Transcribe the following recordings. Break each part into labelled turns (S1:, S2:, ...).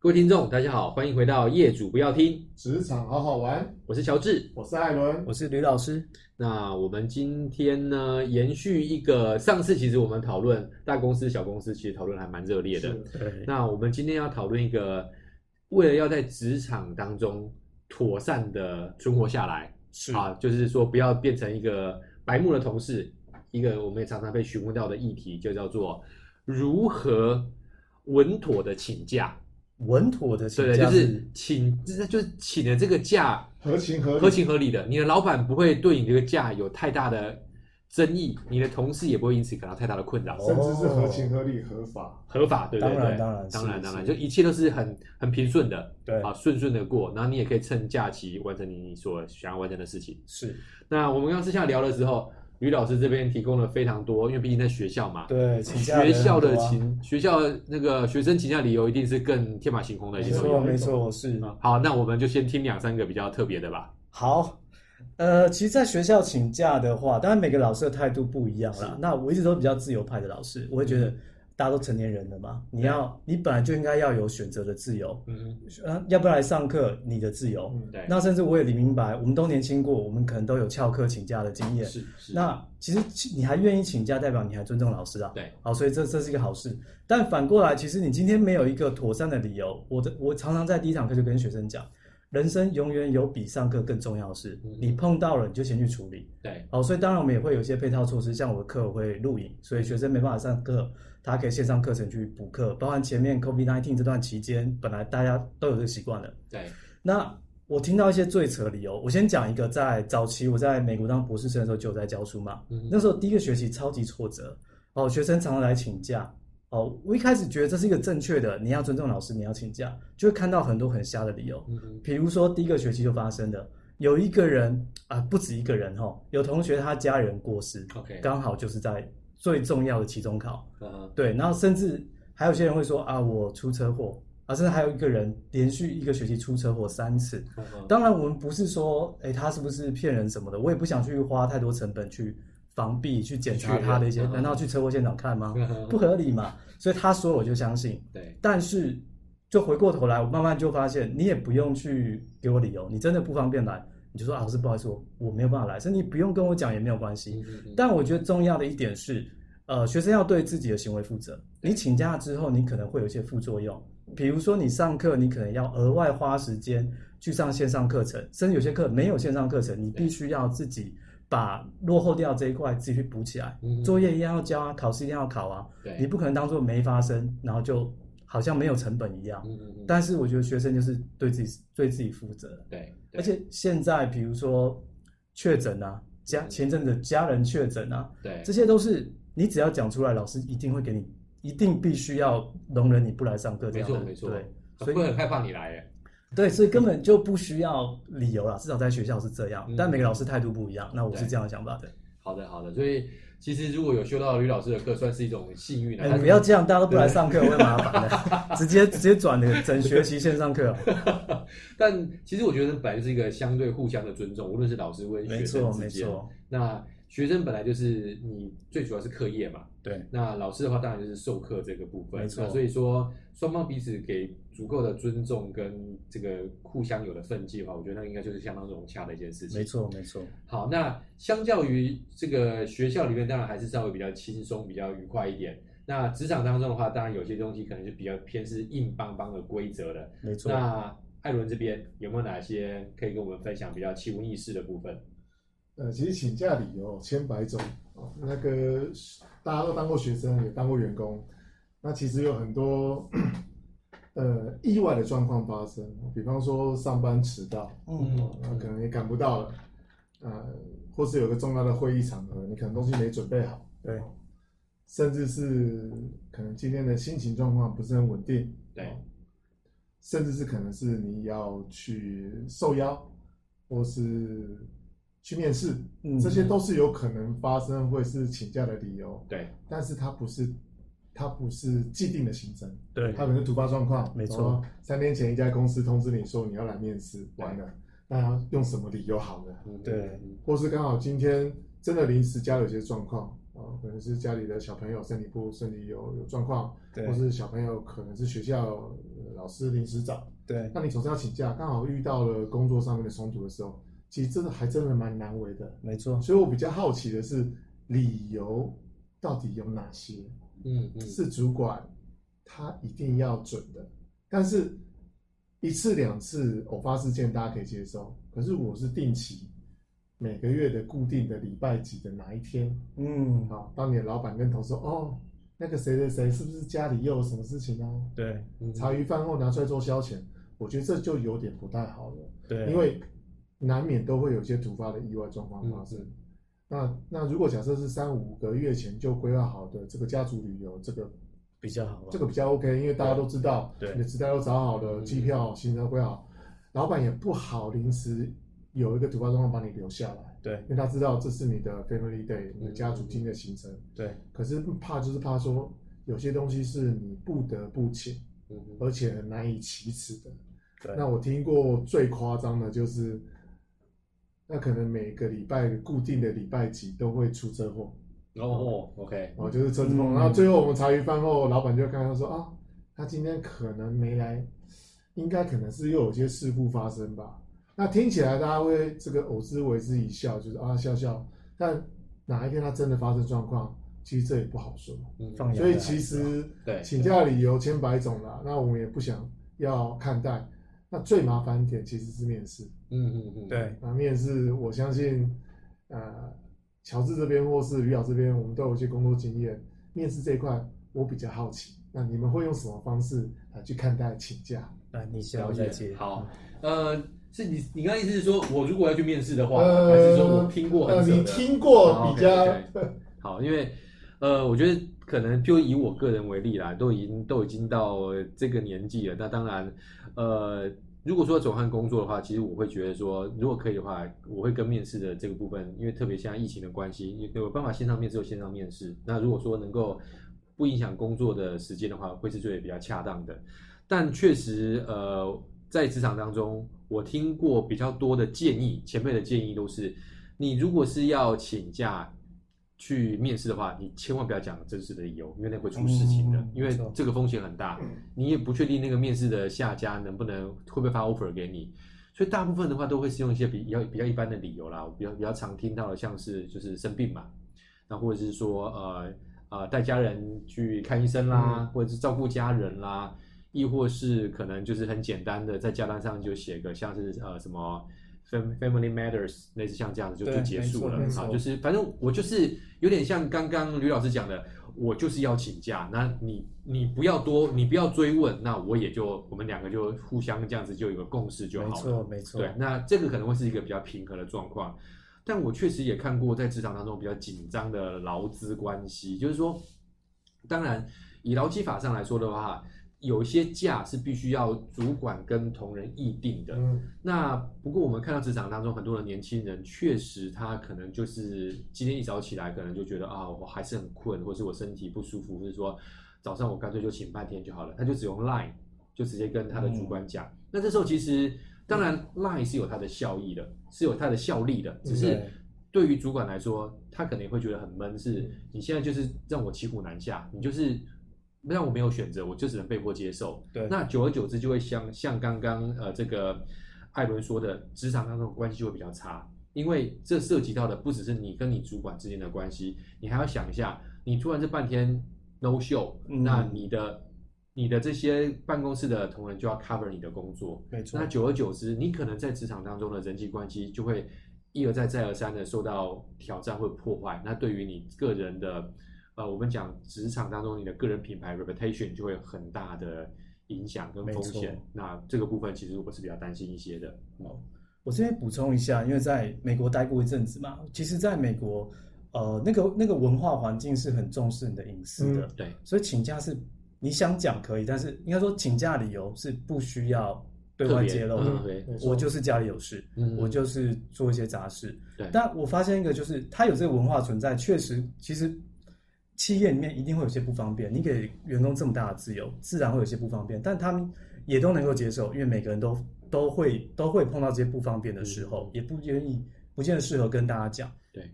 S1: 各位听众，大家好，欢迎回到《业主不要听》，
S2: 职场好好玩，
S1: 我是乔治。
S2: 我是艾伦。
S3: 我是吕老师。
S1: 那我们今天呢，延续一个上次，其实我们讨论大公司、小公司，其实讨论还蛮热烈的。
S2: 是
S3: 对，
S1: 那我们今天要讨论一个，为了要在职场当中妥善的存活下来
S3: 是
S1: 啊，就是说不要变成一个白目的同事。一个我们也常常被询问到的议题，就叫做如何稳妥的请假。
S3: 稳妥的请
S1: 对对，
S3: 假
S1: 就是请，就是就是请的这个假
S2: 合情合理，
S1: 合情合理的，你的老板不会对你这个假有太大的争议，你的同事也不会因此感到太大的困扰，
S2: 甚至是合情合理合法。
S1: 合法，对对对，
S3: 哦当然当然
S1: 当
S3: 是
S1: 然当然，
S3: 是
S1: 就一切都是很很平顺的，
S3: 对
S1: 啊，顺顺的过，然后你也可以趁假期完成你所想要完成的事情。
S3: 是
S1: 那我们刚私下聊的时候，吕老师这边提供了非常多，因为毕竟在学校嘛。
S3: 对请假
S1: 学
S3: 人很
S1: 校的
S3: 多啊
S1: 请、学校那个学生请假理由一定是更天马行空的，一
S3: 没
S1: 定都
S3: 错
S1: 有。
S3: 没错是
S1: 嗯好，那我们就先听两三个比较特别的吧。
S3: 好。呃，其实，在学校请假的话，当然每个老师的态度不一样啦。那我一直都比较自由派的老师，我会觉得
S1: 嗯
S3: 大家都成年人了嘛，你要你本来就应该要有选择的自由，
S1: 嗯，
S3: 呃，要不要来上课，你的自由。
S2: 嗯，
S1: 对，
S3: 那甚至我也明白，我们都年轻过，我们可能都有翘课请假的经验。
S1: 是是
S3: 那其实其你还愿意请假，代表你还尊重老师啊。
S1: 对，
S3: 好，所以这这是一个好事。但反过来，其实你今天没有一个妥善的理由，我的我常常在第一堂课就跟学生讲，人生永远有比上课更重要的事
S1: 嗯。
S3: 你碰到了，你就先去处理。
S1: 对，
S3: 好，所以当然我们也会有一些配套措施，像我的课我会录影，所以学生没办法上课，他可以线上课程去补课，包含前面 COVID-19 这段期间，本来大家都有这个习惯了。
S1: 对，
S3: 那我听到一些最扯的理由，我先讲一个，在早期我在美国当博士生的时候就有在教书嘛，
S1: 嗯
S3: 那时候第一个学期超级挫折，哦，学生常常来请假，哦，我一开始觉得这是一个正确的，你要尊重老师，你要请假，就会看到很多很瞎的理由，
S1: 嗯哼
S3: 比如说第一个学期就发生的，有一个人啊、不止一个人哦，有同学他家人过世，
S1: ，OK，
S3: 刚好就是在最重要的期中考，
S1: 嗯
S3: 对，然后甚至还有些人会说啊，我出车祸啊，甚至还有一个人连续一个学期出车祸三次。
S1: 哼
S3: 当然，我们不是说诶他是不是骗人什么的，我也不想去花太多成本去防避、去检查
S1: 去
S3: 他的一些，
S1: 嗯
S3: 难道去车祸现场看吗？
S1: 嗯哼
S3: 不合理嘛。所以他说我就相信，
S1: 对，
S3: 但是就回过头来，我慢慢就发现，你也不用去给我理由，你真的不方便来，你就说啊，老师不好意思，我我没有办法来，甚至你不用跟我讲也没有关系。
S1: 嗯
S3: 但我觉得重要的一点是，呃，学生要对自己的行为负责。你请假之后，你可能会有一些副作用，比如说你上课，你可能要额外花时间去上线上课程，甚至有些课没有线上课程，你必须要自己把落后掉这一块自己去补起来。
S1: 嗯
S3: 作业一定要交啊，考试一定要考啊，
S1: 对，嗯
S3: 你不可能当做没发生，然后就好像没有成本一样。
S1: 嗯嗯嗯
S3: 但是我觉得学生就是对自己对自己负责。
S1: 对，对
S3: 而且现在比如说确诊啊，家
S1: 嗯
S3: 前阵子家人确诊啊，
S1: 对
S3: 这些都是你只要讲出来，老师一定会给你，一定必须要容忍你不来上课这
S1: 没
S3: 样
S1: 错
S3: 的，
S1: 没错，
S3: 对。所
S1: 会
S3: 以
S1: 会很害怕你来耶，
S3: 对，所以根本就不需要理由啦，至少在学校是这样
S1: 嗯。
S3: 但每个老师态度不一样，那我是
S1: 对
S3: 这样的想法的。
S1: 好的好的，所以其实如果有修到吕老师的课，算是一种幸运啊
S3: 哎，
S1: 但是
S3: 不要这样，大家都不来上课会麻 烦的，直接直接转的整学期线上课。啊
S1: 但其实我觉得本来就是一个相对互相的尊重，无论是老师跟学
S3: 没
S1: 生
S3: 错
S1: 之
S3: 没
S1: 间，
S3: 错，
S1: 那学生本来就是你最主要是课业嘛，
S3: 对，
S1: 那老师的话，当然就是授课这个部分。
S3: 没错
S1: 那所以说双方彼此给足够的尊重跟这个互相有的分际的话，我觉得那应该就是相当融洽的一件事情。
S3: 没。错没错，
S1: 好，那相较于这个学校里面，当然还是稍微比较轻松、比较愉快一点。那职场当中的话，当然有些东西可能就比较偏是硬邦邦的规则了。
S3: 没错。
S1: 那艾伦这边有没有哪些可以跟我们分享比较奇闻异事的部分？
S2: 呃，其实请假理由千百种，哦那个大家都当过学生，也当过员工，那其实有很多 呃意外的状况发生，比方说上班迟到，
S3: 嗯，
S2: 那可能也赶不到了，呃，或是有个重要的会议场合，你可能东西没准备好，
S3: 对，
S2: 甚至是可能今天的心情状况不是很稳定，哦
S1: 对，
S2: 甚至是可能是你要去受邀，或是去面试，
S3: 嗯
S2: 这些都是有可能发生会是请假的理由，
S1: 对，
S2: 但是它不是它不是既定的行程，
S3: 对
S2: 它可能是突发状况，哦
S3: 没错。
S2: 三天前一家公司通知你说你要来面试，
S1: 对
S2: 完了，那要用什么理由好呢？
S1: 嗯
S3: 对
S2: 或是刚好今天真的临时家里有些状况，哦，可能是家里的小朋友身体不身体有有状况，
S3: 对
S2: 或是小朋友可能是学校、呃老师临时找，
S3: 对
S2: 那你总是要请假，刚好遇到了工作上面的冲突的时候，其实真的还真的蛮难为的。
S3: 没错，
S2: 所以我比较好奇的是，理由到底有哪些
S1: 嗯嗯，
S2: 是主管他一定要准的？但是一次两次偶发事件大家可以接受，可是我是定期每个月的固定的礼拜几的哪一天，
S3: 嗯，
S2: 好，当你的老板跟同事说哦，那个谁谁谁是不是家里又有什么事情啊？
S3: 对
S1: 嗯
S2: 茶余饭后拿出来做消遣，我觉得这就有点不太好了，
S3: 对，
S2: 因为难免都会有一些突发的意外状况发生。
S1: 嗯
S2: 那那如果假设是三五个月前就规划好的这个家族旅游，这个
S3: 比较好吧，
S2: 这个比较 OK，因为大家都知道，
S3: 对
S2: 你的时代都找好了，
S1: 嗯
S2: 机票、行程规划好，老板也不好临时有一个突发状况把你留下来，
S3: 对
S2: 因为他知道这是你的 family day，你的家族
S1: 嗯
S2: 经的行程，
S3: 对
S2: 可是怕就是怕说有些东西是你不得不请。
S1: 嗯嗯
S2: 而且很难以启齿的。
S3: 对，
S2: 那我听过最夸张的就是，那可能每个礼拜固定的礼拜几都会出车祸，
S1: 哦，OK，
S2: 哦，就是车子碰。
S3: 嗯
S2: 然后最后我们茶余饭后，老板就看他说啊，他今天可能没来，应该可能是又有些事故发生吧。那听起来大家会这个偶之为之一笑，就是啊笑笑。但哪一天他真的发生状况，其实这也不好说。
S1: 嗯
S3: 放养
S2: 所
S3: 的
S2: 以
S3: 孩
S2: 其
S3: 哎子啊
S2: 实
S1: 对
S2: 请假理由千百种啦，那我们也不想要看待。那最麻烦点其实是面试
S1: 嗯嗯嗯，
S3: 对
S2: 啊，面试我相信，呃，乔治这边或是吕老这边，我们都有一些工作经验。面试这一块我比较好奇，那你们会用什么方式来去看待请假？
S3: 来你先
S1: 了
S3: 我再
S1: 解。
S3: 接，
S1: 好，呃，是你你刚刚意思是说我如果要去面试的话，
S2: 呃
S1: 还是说我听过
S2: 呃，
S1: 很扯哦
S2: 你
S1: 的？
S2: 听过
S1: 好
S2: 比较
S1: OK，OK 好，因为呃，我觉得可能就以我个人为例啦，都已经都已经到这个年纪了，那当然，呃，如果说转换工作的话，其实我会觉得说，如果可以的话，我会跟面试的这个部分，因为特别现在疫情的关系，有有办法线上面试就线上面试。那如果说能够不影响工作的时间的话，会是最比较恰当的。但确实，呃，在职场当中，我听过比较多的建议，前辈的建议都是，你如果是要请假去面试的话，你千万不要讲真实的理由，因为那会出事情的，
S3: 嗯
S1: 因
S3: 没
S1: 为
S3: 错
S1: 这个风险很大，
S2: 嗯
S1: 你也不确定那个面试的下家能不能会不会发 offer 给你。所以大部分的话都会是用一些比较比较一般的理由啦，我比较比较常听到的像是就是生病嘛，那或者是说呃呃带家人去看医生
S3: 嗯
S1: 啦，或者是照顾家人啦，亦或是可能就是很简单的在假单上就写个像是呃什么 fam family matters 类似像这样子就
S3: 对
S1: 就结束了
S3: 没错
S1: 啊，
S3: 没错
S1: 就是反正我就是有点像刚刚吕老师讲的，我就是要请假，那你你不要多你不要追问，那我也就我们两个就互相这样子就有个共识就
S3: 没
S1: 好了。
S3: 错没错
S1: 对，，那这个可能会是一个比较平和的状况。但我确实也看过在职场当中比较紧张的劳资关系，就是说，当然以劳基法上来说的话，有一些假是必须要主管跟同仁议定的。
S2: 嗯
S1: 那不过我们看到职场当中很多的年轻人，确实他可能就是今天一早起来，可能就觉得啊，我还是很困，或是我身体不舒服，或者说早上我干脆就请半天就好了，他就只用 Line 就直接跟他的主管讲。那这时候其实当然 Line 是有它的效益的，是有它的效力的，只是对
S3: 对
S1: 于主管来说，他可能会觉得很闷，是你现在就是让我骑虎难下，你就是让我没有选择，我就只能被迫接受。
S3: 对
S1: 那久而久之就会像像刚刚呃这个艾伦说的，职场当中的关系就会比较差，因为这涉及到的不只是你跟你主管之间的关系，你还要想一下，你突然这半天 no show，、
S3: 嗯
S1: 那你的你的这些办公室的同仁就要 cover 你的工作，
S3: 没错
S1: 那，久而久之，你可能在职场当中的人际关系就会一而再、再而三的受到挑战或破坏。那对于你个人的，呃，我们讲职场当中你的个人品牌 reputation 就会有很大的影响跟风
S3: 没
S1: 险
S3: 错。
S1: 那这个部分其实我是比较担心一些的。哦，
S3: 我这边补充一下，因为在美国待过一阵子嘛，其实在美国，呃，那个那个文化环境是很重视你的隐私的，
S2: 嗯
S1: 对，
S3: 所以请假是你想讲可以，但是应该说请假理由是不需要对外揭露
S1: 特别嗯
S3: 的。
S1: 对，
S2: 没错
S3: 我就是家里有事，
S1: 嗯
S3: 我就是做一些杂事。
S1: 对
S3: 但我发现一个，就是它有这个文化存在，确实，其实企业里面一定会有些不方便。你给员工这么大的自由，自然会有些不方便，但他们也都能够接受，因为每个人都都
S1: 嗯
S3: 会都会碰到这些不方便的时候，也不愿意，不见得适合跟大家讲。
S1: 对，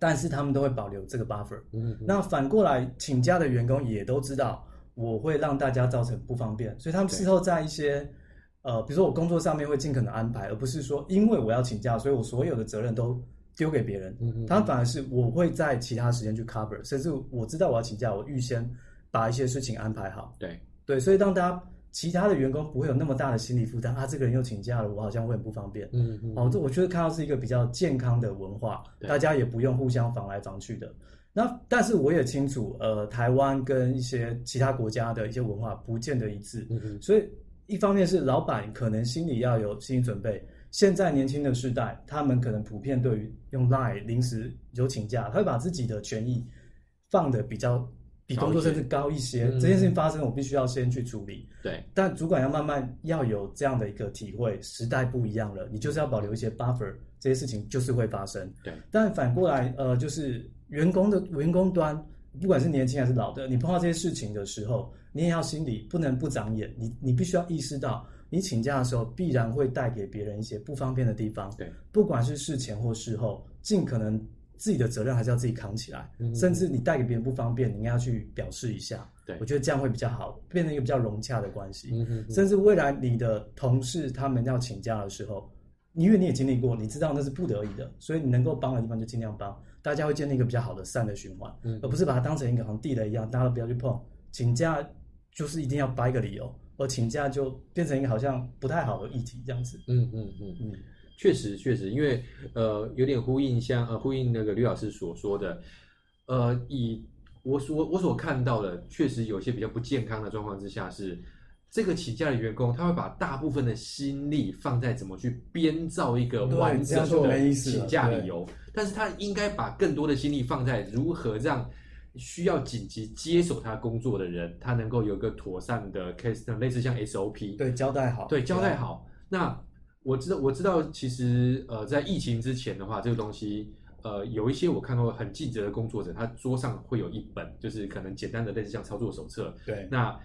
S3: 但是他们都会保留这个 buffer。
S1: 嗯嗯
S3: 那反过来，请假的员工也都知道我会让大家造成不方便，所以他们
S1: 对
S3: 事后在一些呃，比如说我工作上面会尽可能安排，而不是说因为我要请假，所以我所有的责任都丢给别人。
S1: 嗯嗯
S3: 他们反而是我会在其他时间去 cover，甚至我知道我要请假，我预先把一些事情安排好。
S1: 对
S3: 对，所以让大家其他的员工不会有那么大的心理负担啊，这个人又请假了，我好像会很不方便。
S1: 嗯嗯
S3: 哦，这我觉得看到是一个比较健康的文化，
S1: 对
S3: 大家也不用互相防来防去的。那但是我也清楚，呃，台湾跟一些其他国家的一些文化不见得一致，
S1: 嗯嗯
S3: 所以一方面是老板可能心里要有心理准备，现在年轻的世代，他们可能普遍对于用 Line 临时有请假，他会把自己的权益放的比较比工作甚至高一些。
S1: 嗯
S3: 这件事情发生，我必须要先去处理。
S1: 对
S3: 但主管要慢慢要有这样的一个体会，时代不一样了，你就是要保留一些 buffer，这些事情就是会发生。
S1: 对，
S3: 但反过来，呃，就是员工的员工端，不管是年轻还是老的，你碰到这些事情的时候，你也要心里不能不长眼，你你必须要意识到，你请假的时候必然会带给别人一些不方便的地方。
S1: 对，
S3: 不管是事前或事后，尽可能自己的责任还是要自己扛起来，
S1: 嗯
S3: 甚至你带给别人不方便，你应该要去表示一下。
S1: 对
S3: 我觉得这样会比较好，变成一个比较融洽的关系。
S1: 嗯嗯嗯
S3: 甚至未来你的同事他们要请假的时候，因为你也经历过，你知道那是不得已的，所以你能够帮的地方就尽量帮，大家会建立一个比较好的善的循环，
S1: 嗯
S3: 而不是把它当成一个好像地雷一样，大家都不要去碰。请假就是一定要掰个理由，我请假就变成一个好像不太好的议题这样子。
S1: 嗯嗯嗯。
S3: 嗯，
S1: 确实，确实，因为呃，有点呼应像呃，呼应那个吕老师所说的，呃，以我所我所看到的，确实有一些比较不健康的状况之下是，这个起价的员工他会把大部分的心力放在怎么去编造一个
S3: 对
S1: 完
S3: 这样
S1: 整
S3: 就没
S1: 的
S3: 意思
S1: 起
S3: 了
S1: 价
S3: 对
S1: 理由，但是他应该把更多的心力放在如何让。需要紧急接手他工作的人，他能够有一个妥善的 case，类似像 SOP，
S3: 对，交代好，
S1: 对，交代好。那我知道，我知道，其实呃，在疫情之前的话，这个东西呃，有一些我看过很尽责的工作者，他桌上会有一本，就是可能简单的类似像操作手册。
S3: 对，
S1: 那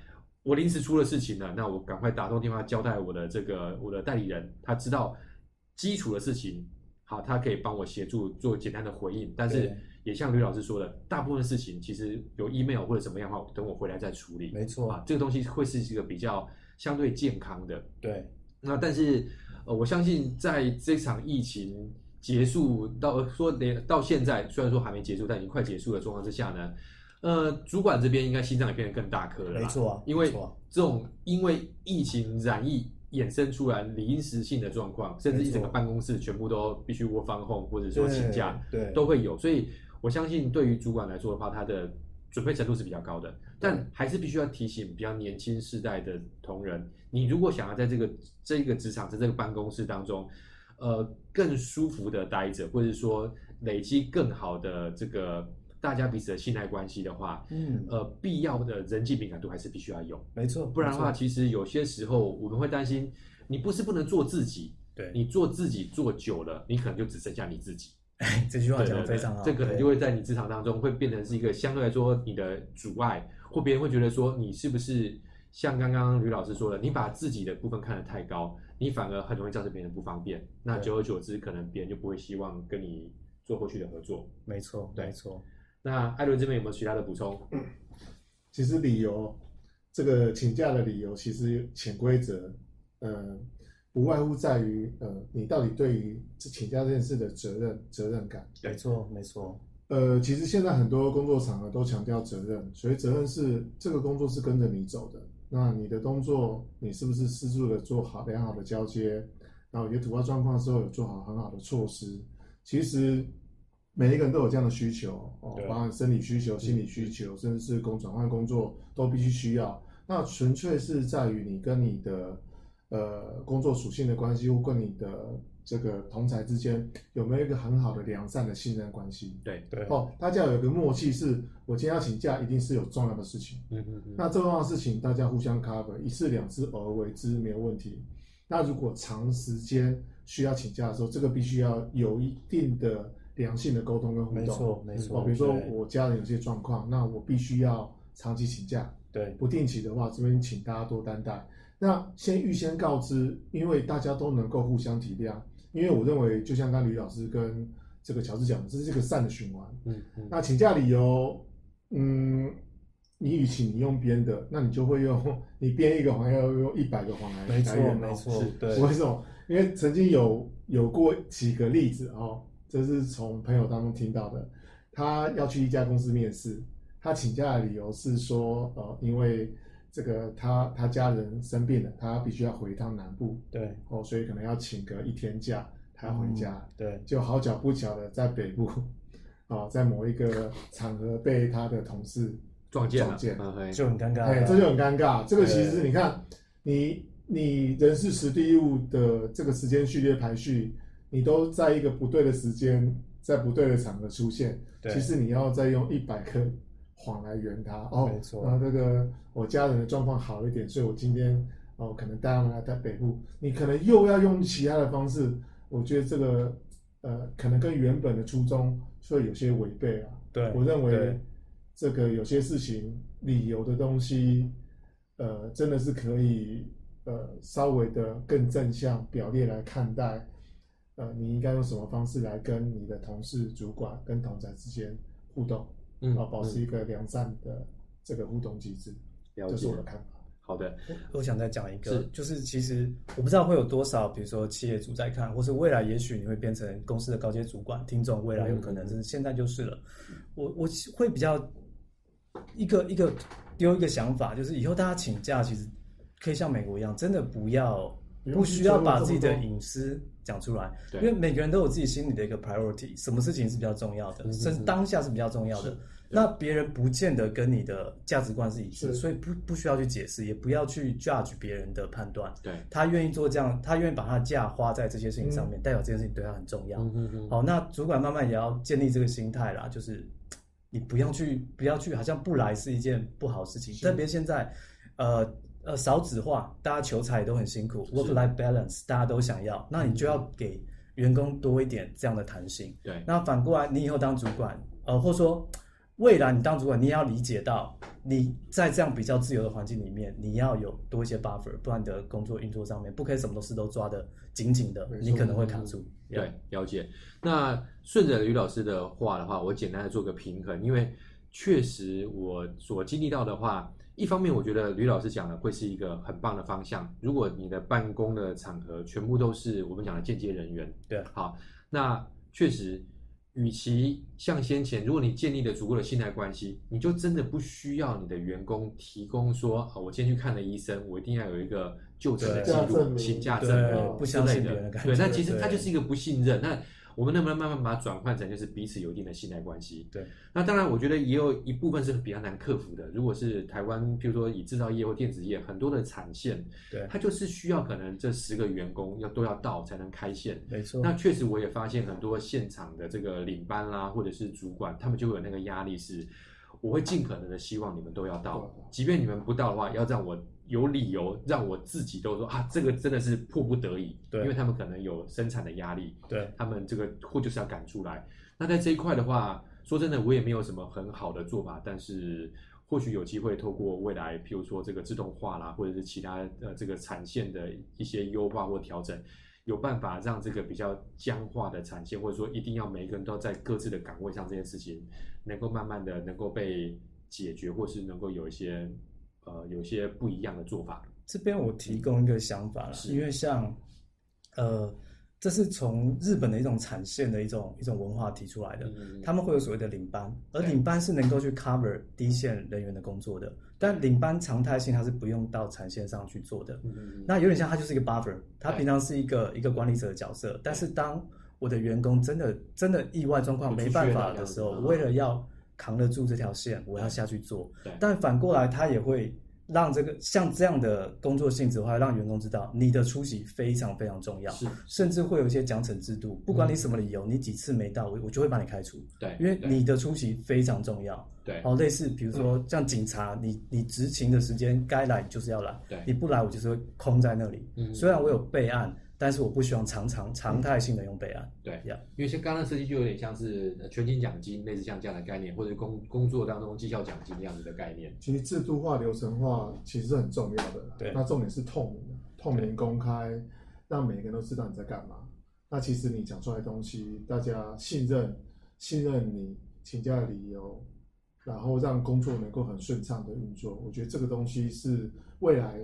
S1: 我临时出了事情了，那我赶快打通电话交代我的这个我的代理人，他知道基础的事情，好，他可以帮我协助做简单的回应。但是
S3: 对
S1: 也像吕老师说的，大部分事情其实有 email 或者什么样的话，等我回来再处理。
S3: 没错
S1: 啊，，这个东西会是一个比较相对健康的。
S3: 对，
S1: 那但是，呃，我相信在这场疫情结束到呃说连到现在，虽然说还没结束，但已经快结束的状况之下呢，呃，主管这边应该心脏也变得更大颗了啦
S3: 没错啊，
S1: 因为
S3: 没错啊
S1: 这种因为疫情染疫衍生出来临时性的状况，甚至一整个
S3: 没错
S1: 办公室全部都必须 work from home 或者说请假，
S3: 对，对
S1: 都会有，所以我相信对于主管来说的话，他的准备程度是比较高的，但还是必须要提醒比较年轻世代的同仁，你如果想要在这个这个职场在这个办公室当中，呃，更舒服的待着，或者说累积更好的这个大家彼此的信赖关系的话，
S3: 嗯，
S1: 呃，必要的人际敏感度还是必须要有，
S3: 没错，
S1: 不然的
S3: 没
S1: 话，
S3: 错，
S1: 其实有些时候我们会担心，你不是不能做自己，
S3: 对，
S1: 你做自己做久了，你可能就只剩下你自己。
S3: 这句话
S1: 对
S3: 讲
S1: 对
S3: 的
S1: 对，
S3: 非常好，
S1: 这可能
S3: 对
S1: 就会在你职场当中会变成是一个相对来说你的阻碍，或别人会觉得说你是不是像刚刚吕老师说的，你把自己的部分看得太高，你反而很容易造成别人不方便。那
S3: 对
S1: 久而久之，可能别人就不会希望跟你做后续的合作。
S3: 没错，
S1: 对
S3: 没错，
S1: 那艾伦这边有没有其他的补充？
S2: 其实理由，这个请假的理由，其实潜规则，呃，不外乎在于，呃，你到底对于这请假这件事的责任责任感。
S3: 没错，没错，
S2: 呃，其实现在很多工作场合都强调责任，所以责任是这个工作是跟着你走的。那你的工作，你是不是适度的做好良好的交接？然后有突发状况的时候有做好很好的措施。其实每一个人都有这样的需求，哦
S3: 对，
S2: 包含生理需求、心理需求，甚至是工转换工作都必须需要。那纯粹是在于你跟你的呃工作属性的关系，或跟你的这个同才之间有没有一个很好的良善的信任关系。
S1: 对，
S3: 对，
S2: 哦，大家有一个默契是，我今天要请假，一定是有重要的事情。
S1: 嗯嗯
S2: 那重要的事情大家互相 cover，一次两次偶尔为之没有问题。那如果长时间需要请假的时候，这个必须要有一定的良性的沟通跟互动。
S3: 没错，没
S2: 哦
S3: 错，，
S2: 比如说
S3: 对
S2: 我家人有些状况，那我必须要长期请假，
S3: 对，
S2: 不定期的话，这边请大家多担待。那先预先告知，因为大家都能够互相体谅，因为我认为，就像刚刚吕老师跟这个乔治讲的，这是一个善的循环。
S1: 嗯嗯
S2: 那请假理由，嗯，你与其你用编的，那你就会用 你编一个谎要用一百个谎来
S3: 没
S2: 来
S3: 错
S2: 源
S3: 没
S2: 哦
S3: 错
S1: 是，
S3: 对，
S2: 为什么？因为曾经有有过几个例子哦，这是从朋友当中听到的。他要去一家公司面试，他请假的理由是说，呃，因为这个他他家人生病了，他必须要回一趟南部
S3: 对嗯
S2: 哦，所以可能要请个一天假，他要回家。
S3: 对，
S2: 就好巧不巧的在北部，啊、在某一个场合被他的同事
S1: 撞见了，
S2: 撞见
S1: 嗯嘿
S3: 就很尴尬
S2: 哎，
S3: 了。
S2: 这就很尴尬。这个其实
S3: 啊对
S2: 你看，你你人事实地物的这个时间序列排序，你都在一个不对的时间，在不对的场合出现。
S3: 对
S2: 其实你要再用一百个谎来圆它。哦，
S3: 没错
S2: 然后这个我家人的状况好一点，所以我今天哦可能带他们来在北部，你可能又要用其他的方式。我觉得这个呃，可能跟原本的初衷会有些违背啊。
S3: 对，
S2: 我认为
S3: 对
S2: 这个有些事情理由的东西，呃，真的是可以呃稍微的更正向表列来看待。呃，你应该用什么方式来跟你的同事、主管跟同才之间互动，
S1: 嗯
S2: 啊，保持
S1: 嗯
S2: 一个良善的这个互动机制，
S1: 了
S2: 这是
S1: 解
S2: 我，的看法。
S1: 好的，
S3: 我想再讲一个，
S1: 是
S3: 就是其实我不知道会有多少，比如说企业主在看，或是未来也许你会变成公司的高阶主管，听众未来有
S2: 嗯
S3: 可能是、现在就是了。我我会比较一个一个丢一个想法，就是以后大家请假，其实可以像美国一样，真的不要
S2: 不用
S3: 不需要把自己的
S2: 这么多
S3: 隐私讲出来，
S1: 对
S3: 因为每个人都有自己心里的一个 priority，什么事情是比较重要的，甚至当下是比较重要的。那别人不见得跟你的价值观是一致的，
S2: 是
S3: 所以不不需要去解释，也不要去 judge 别人的判断。
S1: 对，
S3: 他愿意做这样，他愿意把他的假花在这些事情上面，代表这件事情对他很重要。
S1: 嗯嗯嗯，
S3: 好，哦那主管慢慢也要建立这个心态啦，就是你不要去，不要去，好像不来是一件不好的事情。特别现在，呃呃，少子化，大家求财都很辛苦，work-life balance 大家都想要，那你就要给员工多一点这样的弹性。
S1: 对，
S3: 那反过来，你以后当主管，呃，或说未来你当主管，你也要理解到，你在这样比较自由的环境里面，你要有多一些 buffer，不然你的工作运作上面不可以什么都事都抓得紧紧的
S2: 没，错
S3: 你可能会卡住。
S1: 对，了解。那顺着于老师的话的话，我简单的做个平衡，因为确实我所经历到的话，一方面我觉得吕老师讲的会是一个很棒的方向。如果你的办公的场合全部都是我们讲的间接人员，
S3: 对
S1: 好，那确实。与其像先前，如果你建立了足够的信赖关系，你就真的不需要你的员工提供说，啊，我今天去看了医生，我一定要有一个就诊的记
S3: 对
S2: 证
S1: 录、
S2: 明
S1: 请假证
S3: 对
S1: 明
S3: 不
S1: 之
S3: 相
S1: 类
S3: 信
S1: 的
S3: 别人的感
S1: 对，
S3: 觉
S1: 那其实它
S3: 对
S1: 就是一个不信任。那我们能不能慢慢把它转换成就是彼此有一定的信赖关系？
S3: 对。
S1: 那当然，我觉得也有一部分是比较难克服的。如果是台湾，譬如说以制造业或电子业，很多的产线，
S3: 对
S1: 它就是需要可能这十个员工要都要到才能开线。
S3: 没错。
S1: 那确实，我也发现很多现场的这个领班啦，或者是主管，他们就会有那个压力是，我会尽可能的希望你们都要到，即便你们不到的话，要让我有理由让我自己都说啊，这个真的是迫不得已，
S3: 对
S1: 因为他们可能有生产的压力，
S3: 对
S1: 他们这呃个货就是要赶出来。那在这一块的话，说真的，我也没有什么很好的做法，但是或许有机会透过未来，譬如说这个自动化啦，或者是其他呃这个产线的一些优化或调整，有办法让这个比较僵化的产线，或者说一定要呃每一个人都在各自的岗位上这件事情，能够慢慢的能够被解决，或是能够有一些呃有一些不一样的做法。
S3: 这边我提供一个想法啦，
S1: 是
S3: 因为像，呃，这是从日本的一种产线的一种一种文化提出来的，
S1: 嗯
S3: 他们会有所谓的领班，而
S1: 对
S3: 领班是能够去 cover 第一线人员的工作的，但领班常态性它是不用到产线上去做的，
S1: 嗯
S3: 那有点像他就是一个 buffer，他
S1: 对
S3: 平常是一个一个管理者的角色，但是当我的员工真的真的意外状况
S1: 有
S3: 没
S1: 出
S3: 办
S1: 血
S3: 法
S1: 了
S3: 的时
S1: 这
S3: 候，
S1: 样子
S3: 我为了要扛得住这条线，我要下去做
S1: 对。
S3: 但反过来，他也会让这个像这样的工作性质的话，让员工知道你的出席非常非常重要，
S1: 是
S3: 甚至会有一些奖惩制度，不管你什么理由，你几次没到，我我就会把你开除，
S1: 对，
S3: 因为
S1: 对
S3: 你的出席非常重要。
S1: 对
S3: 哦，类似比如说
S1: 嗯
S3: 像警察，你你执勤的时间该来就是要来，
S1: 对
S3: 你不来我就是会空在那里。
S1: 嗯
S3: 虽然我有备案，但是我不希望常常常态性的用备案。
S1: 对
S3: Yeah
S1: 因为像刚刚的设计就有点像是呃全勤奖金，类似像这样的概念，或者工工作当中绩效奖金这样子的概念。
S2: 其实制度化、流程化其实是很重要的啦。
S3: 对
S2: 那重点是透明的，透明公开，让每个人都知道你在干嘛。那其实你讲出来的东西，大家信任信任你请假的理由，然后让工作能够很顺畅的运作，我觉得这个东西是未来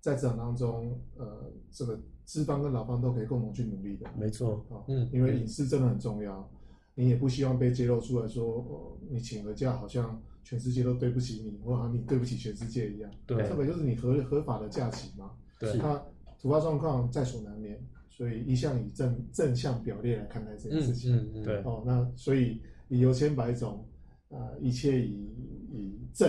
S2: 在职场当中，呃，这个资方跟劳方都可以共同去努力的。
S3: 没错，
S2: 啊，
S1: 嗯
S2: 因为隐私真的很重要，你也不希望被揭露出来说，哦，你请个假好像全世界都对不起你，或好像你对不起全世界一样。
S3: 对
S2: 这个就是你合合法的假期嘛。
S3: 对
S1: 是嗯
S2: 那突发状况在所难免，所以一向以正正向表列来看待这件事
S1: 嗯
S2: 情。
S1: 嗯嗯，
S3: 对
S2: 哦，那所以理由千百种，啊、一切以以正，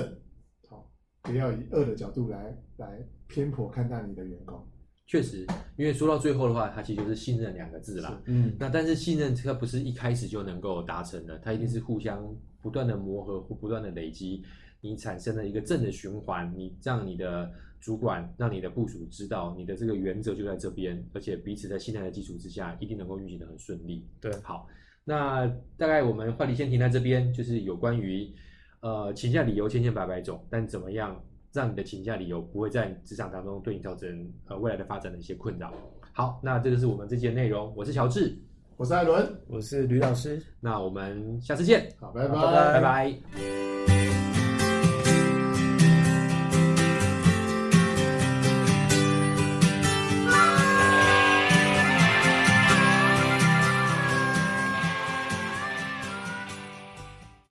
S2: 好、不要以恶的角度来来偏颇看待你的员工。
S1: 确实，因为说到最后的话，它其实就是信任两个字啦。
S3: 嗯，
S1: 那但是信任它不是一开始就能够达成的，它一定是互相不断的磨合，不断的累积，你产生了一个正的循环，你让你的主管、让你的部署知道你的这个原则就在这边，而且彼此在信赖的基础之下，一定能够运行的很顺利。
S3: 对
S1: 好，那大概我们话题先停在这边，就是有关于呃请假理由千千百百种，但怎么样让你的请假理由不会在职场当中对你造成呃未来的发展的一些困扰？好，那这就是我们这期的内容，我是乔治，
S2: 我是艾伦，
S3: 我是吕老师。
S1: 那我们下次见，
S2: 好，拜
S3: 拜
S1: 拜拜。